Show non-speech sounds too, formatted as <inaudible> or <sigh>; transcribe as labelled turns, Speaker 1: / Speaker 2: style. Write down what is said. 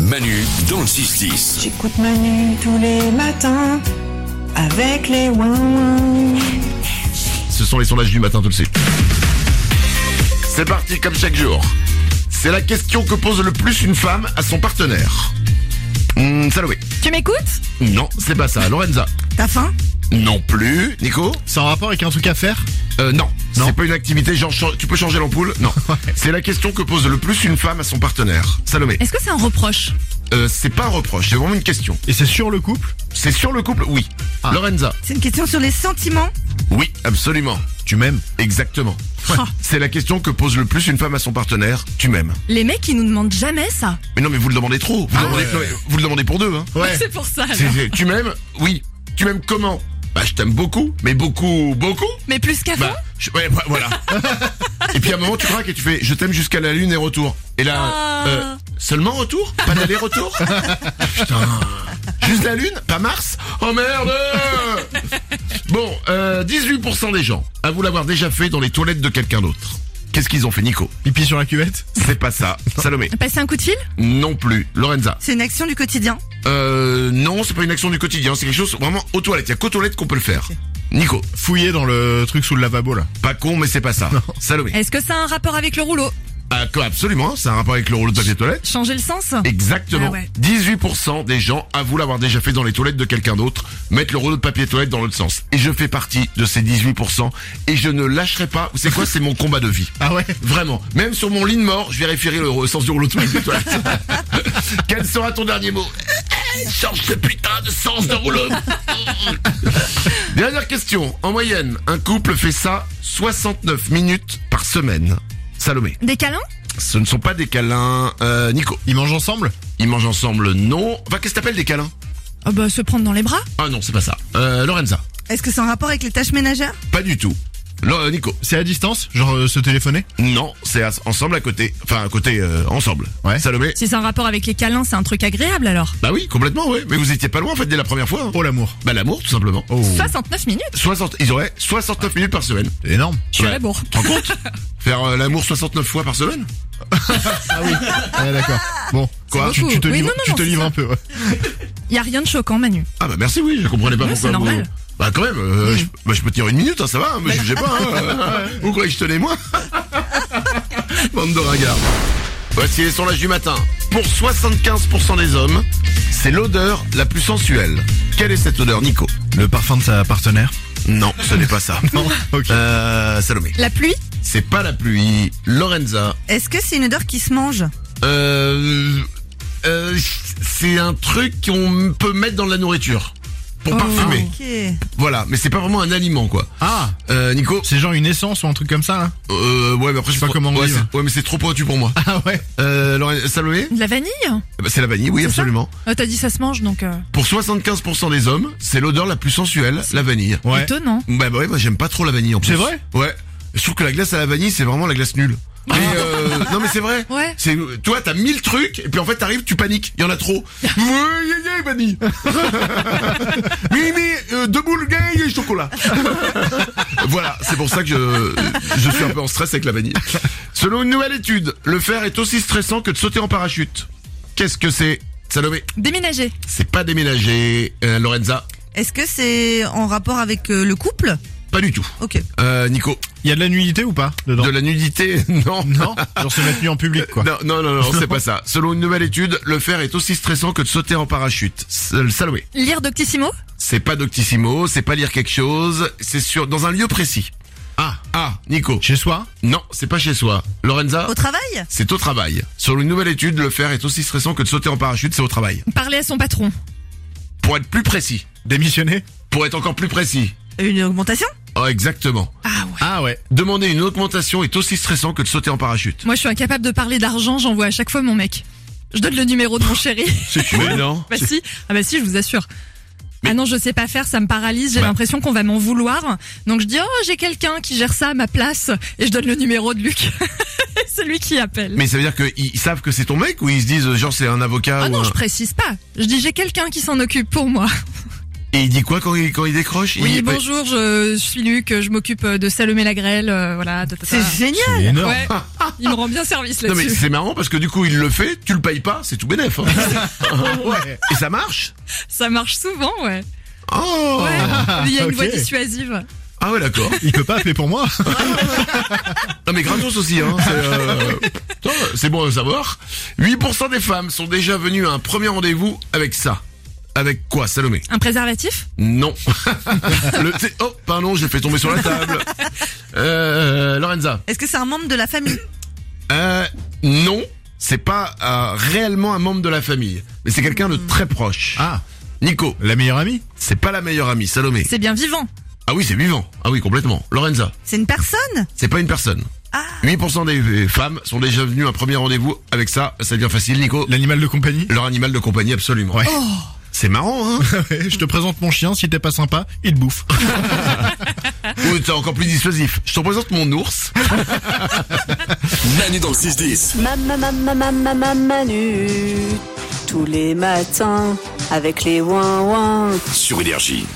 Speaker 1: Manu dans le 6-10.
Speaker 2: J'écoute Manu tous les matins avec les ouin
Speaker 3: Ce sont les sondages du matin, tout le sais. C'est parti comme chaque jour. C'est la question que pose le plus une femme à son partenaire. Hmm, Salomé.
Speaker 4: Tu m'écoutes
Speaker 3: Non, c'est pas ça. Lorenza.
Speaker 4: T'as faim
Speaker 3: Non plus. Nico
Speaker 5: C'est en rapport avec un truc à faire
Speaker 3: Euh, non. C'est pas une activité genre cha- tu peux changer l'ampoule
Speaker 5: <laughs>
Speaker 3: Non. c'est la question que pose le plus une femme à son partenaire. Salomé.
Speaker 4: Est-ce que c'est un reproche
Speaker 3: Euh, c'est pas un reproche, c'est vraiment une question.
Speaker 5: Et c'est sur le couple
Speaker 3: C'est sur le couple Oui.
Speaker 5: Ah.
Speaker 3: Lorenza.
Speaker 4: C'est une question sur les sentiments
Speaker 3: Oui, absolument.
Speaker 5: Tu m'aimes
Speaker 3: Exactement. <laughs> C'est la question que pose le plus une femme à son partenaire. Tu m'aimes
Speaker 4: Les mecs, ils nous demandent jamais ça.
Speaker 3: Mais non, mais vous le demandez trop. Vous, demandez, non, mais vous le demandez pour deux. Hein.
Speaker 4: <laughs> C'est pour ça. alors.
Speaker 3: C'est- c'est- tu m'aimes Oui. Tu m'aimes comment Bah, je t'aime beaucoup, mais beaucoup, beaucoup.
Speaker 4: Mais plus qu'avant
Speaker 3: Bah, je- ouais, bah, voilà. et puis à un moment, tu craques et tu fais, je t'aime jusqu'à la lune et retour. Et là,
Speaker 4: Ah.
Speaker 3: euh, seulement retour Pas d'aller-retour Putain. Juste la lune Pas Mars Oh merde Bon, euh, 18% des gens avouent l'avoir déjà fait dans les toilettes de quelqu'un d'autre. Qu'est-ce qu'ils ont fait, Nico
Speaker 5: Pipi sur la cuvette
Speaker 3: C'est pas ça. Salomé
Speaker 4: Passer un coup de fil
Speaker 3: Non plus. Lorenza
Speaker 4: C'est une action du quotidien.
Speaker 3: Euh, non, c'est pas une action du quotidien, c'est quelque chose vraiment aux toilettes. Il y a qu'aux toilettes qu'on peut le faire. Nico,
Speaker 5: Fouiller dans le truc sous le lavabo là.
Speaker 3: pas con, mais c'est pas ça. Salomé.
Speaker 4: Est-ce que ça a un rapport avec le rouleau
Speaker 3: Ah, quoi, absolument, c'est un rapport avec le rouleau de papier toilette.
Speaker 4: Changer le sens
Speaker 3: Exactement.
Speaker 4: Ah ouais.
Speaker 3: 18% des gens avouent l'avoir déjà fait dans les toilettes de quelqu'un d'autre, mettre le rouleau de papier toilette dans l'autre sens. Et je fais partie de ces 18% et je ne lâcherai pas. C'est quoi C'est mon combat de vie.
Speaker 5: Ah ouais
Speaker 3: Vraiment. Même sur mon lit de mort, je vérifierai le sens du rouleau de papier toilette.
Speaker 4: <laughs>
Speaker 3: Quel sera ton dernier mot Eh, Change ce putain de sens de
Speaker 4: <laughs>
Speaker 3: rouleau. Dernière question. En moyenne, un couple fait ça 69 minutes par semaine. Salomé.
Speaker 4: Des câlins
Speaker 3: Ce ne sont pas des câlins. Euh, Nico.
Speaker 5: Ils mangent ensemble
Speaker 3: Ils mangent ensemble, non. Enfin, qu'est-ce que t'appelles des câlins
Speaker 4: Ah bah se prendre dans les bras
Speaker 3: Ah non, c'est pas ça. Euh, Lorenza.
Speaker 6: Est-ce que c'est en rapport avec les tâches ménagères
Speaker 3: Pas du tout. Lo- euh, Nico.
Speaker 5: C'est à distance Genre euh, se téléphoner
Speaker 3: Non, c'est as- ensemble à côté. Enfin, à côté, euh, ensemble.
Speaker 5: Ouais.
Speaker 3: Salomé.
Speaker 4: Si c'est un rapport avec les câlins, c'est un truc agréable alors.
Speaker 3: Bah oui, complètement, ouais. Mais vous étiez pas loin, en fait, dès la première fois. hein.
Speaker 5: Oh l'amour
Speaker 3: Bah l'amour, tout simplement.
Speaker 5: Oh
Speaker 4: 69 minutes
Speaker 3: 60, ils auraient 69 minutes par semaine.
Speaker 5: C'est énorme
Speaker 4: Je suis
Speaker 3: Ouais.
Speaker 4: à la bourre.
Speaker 3: T'en compte Faire euh, l'amour 69 fois par semaine
Speaker 5: <laughs> Ah oui Ouais d'accord Bon
Speaker 3: Quoi
Speaker 5: tu,
Speaker 4: beaucoup.
Speaker 5: tu te
Speaker 4: Oui,
Speaker 5: livres,
Speaker 4: non, non,
Speaker 5: tu
Speaker 4: non,
Speaker 5: te
Speaker 4: c'est
Speaker 5: livres
Speaker 4: ça.
Speaker 5: un peu ouais.
Speaker 4: <laughs> Y a rien de choquant, Manu.
Speaker 3: Ah bah merci, oui, je comprenais pas
Speaker 4: Ouais,
Speaker 3: pourquoi
Speaker 4: c'est
Speaker 3: vous-
Speaker 4: normal.
Speaker 3: Bah quand même, euh, je, bah, je peux tenir une minute, hein, ça va, hein, me jugez pas. Hein,
Speaker 4: <laughs>
Speaker 3: vous croyez que je tenais moins <laughs> Bande de ringards. Voici les sondages du matin. Pour 75% des hommes, c'est l'odeur la plus sensuelle. Quelle est cette odeur, Nico
Speaker 5: Le parfum de sa partenaire
Speaker 3: Non, ce n'est pas
Speaker 4: <laughs>
Speaker 3: ça.
Speaker 5: Ok
Speaker 3: Euh, Salomé.
Speaker 4: La pluie
Speaker 3: C'est pas la pluie. Lorenza.
Speaker 6: Est-ce que c'est une odeur qui se mange
Speaker 3: Euh, euh, c'est un truc qu'on peut mettre dans de la nourriture
Speaker 4: Oh.
Speaker 3: pour parfumer.
Speaker 6: Ok.
Speaker 3: Voilà, mais c'est pas vraiment un aliment quoi.
Speaker 5: Ah
Speaker 3: Euh, Nico,
Speaker 5: C'est genre une essence ou un truc comme ça hein. là
Speaker 3: euh, ouais, mais après je
Speaker 5: sais pas comment on
Speaker 3: ouais,
Speaker 5: dit,
Speaker 3: c'est-
Speaker 5: ouais.
Speaker 3: ouais, mais c'est trop pointu pour moi.
Speaker 5: Ah ouais
Speaker 3: Euh, Lauren- Salomé,
Speaker 4: De la vanille
Speaker 3: Eh ben, c'est la vanille, oui,
Speaker 4: C'est ça
Speaker 3: absolument.
Speaker 4: Euh, T'as dit ça se mange donc. euh,
Speaker 3: Pour 75% des hommes, c'est l'odeur la plus sensuelle, la vanille.
Speaker 5: Ouais
Speaker 4: Étonnant.
Speaker 3: Bah, bah ouais, moi j'aime pas trop la vanille en plus.
Speaker 5: C'est vrai
Speaker 3: Ouais. Je trouve que la glace à la vanille, c'est vraiment la glace nulle.
Speaker 5: <laughs>
Speaker 3: Mais euh, non mais c'est vrai.
Speaker 4: Ouais.
Speaker 3: C'est toi t'as mille trucs et puis en fait t'arrives tu paniques il y en a trop. Ouais, yeah, yeah, vanille. oui mais euh, deux boules gay et chocolat. voilà c'est pour ça que je je suis un peu en stress avec la vanille. Selon une nouvelle étude le faire est aussi stressant que de sauter en parachute. Qu'est-ce que c'est Salomé
Speaker 4: Déménager.
Speaker 3: C'est pas déménager Euh, Lorenza
Speaker 6: Est-ce que c'est en rapport avec euh, le couple
Speaker 3: pas du tout.
Speaker 6: Ok.
Speaker 3: Euh, Nico
Speaker 5: Il y a de la nudité ou pas dedans
Speaker 3: de la nudité <laughs> non
Speaker 5: Non Genre se mettre nu en public quoi
Speaker 3: Non, non, non, non, c'est pas ça. Selon une nouvelle étude, le faire est aussi stressant que de sauter en parachute. Seul- Salomé.
Speaker 4: Lire Doctissimo
Speaker 3: C'est pas Doctissimo, c'est pas lire quelque chose, c'est sur, dans un lieu précis.
Speaker 5: Ah
Speaker 3: Ah, Nico.
Speaker 5: Chez soi
Speaker 3: Non, c'est pas chez soi. Lorenza,
Speaker 6: Au travail
Speaker 3: c'est au travail. Selon une nouvelle étude, le faire est aussi stressant que de sauter en parachute, c'est au travail.
Speaker 4: Parler à son patron.
Speaker 3: Pour être plus précis.
Speaker 5: Démissionner
Speaker 3: Pour être encore plus précis.
Speaker 6: Une augmentation
Speaker 3: Oh, exactement.
Speaker 4: Ah ouais.
Speaker 5: Ah ouais
Speaker 3: Demander une augmentation est aussi stressant que de sauter en parachute.
Speaker 4: Moi, je suis incapable de parler d'argent, j'envoie à chaque fois mon mec. Je donne le numéro de
Speaker 3: <laughs>
Speaker 4: mon chéri.
Speaker 3: Mais non.
Speaker 4: bah si, ah bah si, je vous assure. Ah non, je sais pas faire, ça me paralyse, j'ai
Speaker 3: Bah.
Speaker 4: l'impression qu'on va m'en vouloir. Donc je dis, oh, j'ai quelqu'un qui gère ça à ma place, et je donne le numéro de Luc. <laughs> c'est lui qui appelle.
Speaker 3: Mais ça veut dire qu'ils savent que c'est ton mec ou ils se disent euh, genre c'est un avocat
Speaker 4: Ah
Speaker 3: ou
Speaker 4: non,
Speaker 3: un-
Speaker 4: je précise pas. Je dis, j'ai quelqu'un qui s'en occupe pour moi.
Speaker 3: Et il dit quoi quand il, quand il décroche Il-
Speaker 4: Oui, bonjour, je, je suis Luc, je m'occupe de Salomé la grêle, euh, voilà. ta, ta, ta.
Speaker 6: C'est génial.
Speaker 5: Ah, C'est énorme.
Speaker 4: Ouais, il me rend bien service
Speaker 3: Non mais
Speaker 4: là-dessus.
Speaker 3: c'est marrant parce que du coup il le fait, tu le payes pas, c'est tout
Speaker 4: <laughs>
Speaker 3: bénef. hein. Ouais. Et ça marche
Speaker 4: Ça marche souvent, ouais.
Speaker 3: Oh
Speaker 4: Ouais, il y a une
Speaker 5: ok.
Speaker 4: voix dissuasive.
Speaker 3: Ah ouais d'accord.
Speaker 5: Il peut pas appeler pour moi.
Speaker 3: Non mais gratos aussi hein. C'est, euh, putain, c'est bon à savoir. 8% des femmes sont déjà venues à un premier rendez-vous avec ça. Avec quoi, Salomé
Speaker 4: Un préservatif
Speaker 3: Non. <laughs> Le- c'est- oh, pardon, j'ai fait tomber sur la table. Euh, Lorenza.
Speaker 6: Est-ce que c'est un membre de la famille
Speaker 3: Euh, non, c'est pas euh, réellement un membre de la famille, mais c'est quelqu'un de très proche.
Speaker 5: Ah,
Speaker 3: Nico,
Speaker 5: la meilleure amie
Speaker 3: c'est pas la meilleure amie, Salomé.
Speaker 4: C'est bien vivant.
Speaker 3: Ah oui, c'est vivant. Ah oui, complètement. Lorenza,
Speaker 6: C'est une personne
Speaker 3: c'est pas une personne.
Speaker 6: Ah.
Speaker 3: 8% des femmes sont déjà venues à un premier rendez-vous avec ça. Ça devient facile, Nico.
Speaker 5: L'animal de compagnie
Speaker 3: Leur animal de compagnie, absolument.
Speaker 5: Ouais.
Speaker 3: C'est marrant, hein
Speaker 5: <laughs> Ouais, Je te présente mon chien, si t'es pas sympa, il te bouffe.
Speaker 3: Ou t'es encore plus dissuasif. Je te présente mon ours.
Speaker 1: Manu dans le 6-10.
Speaker 7: Maman, maman, maman, maman, Manu. Tous les matins, avec les ouin-ouin.
Speaker 1: Sur Énergie.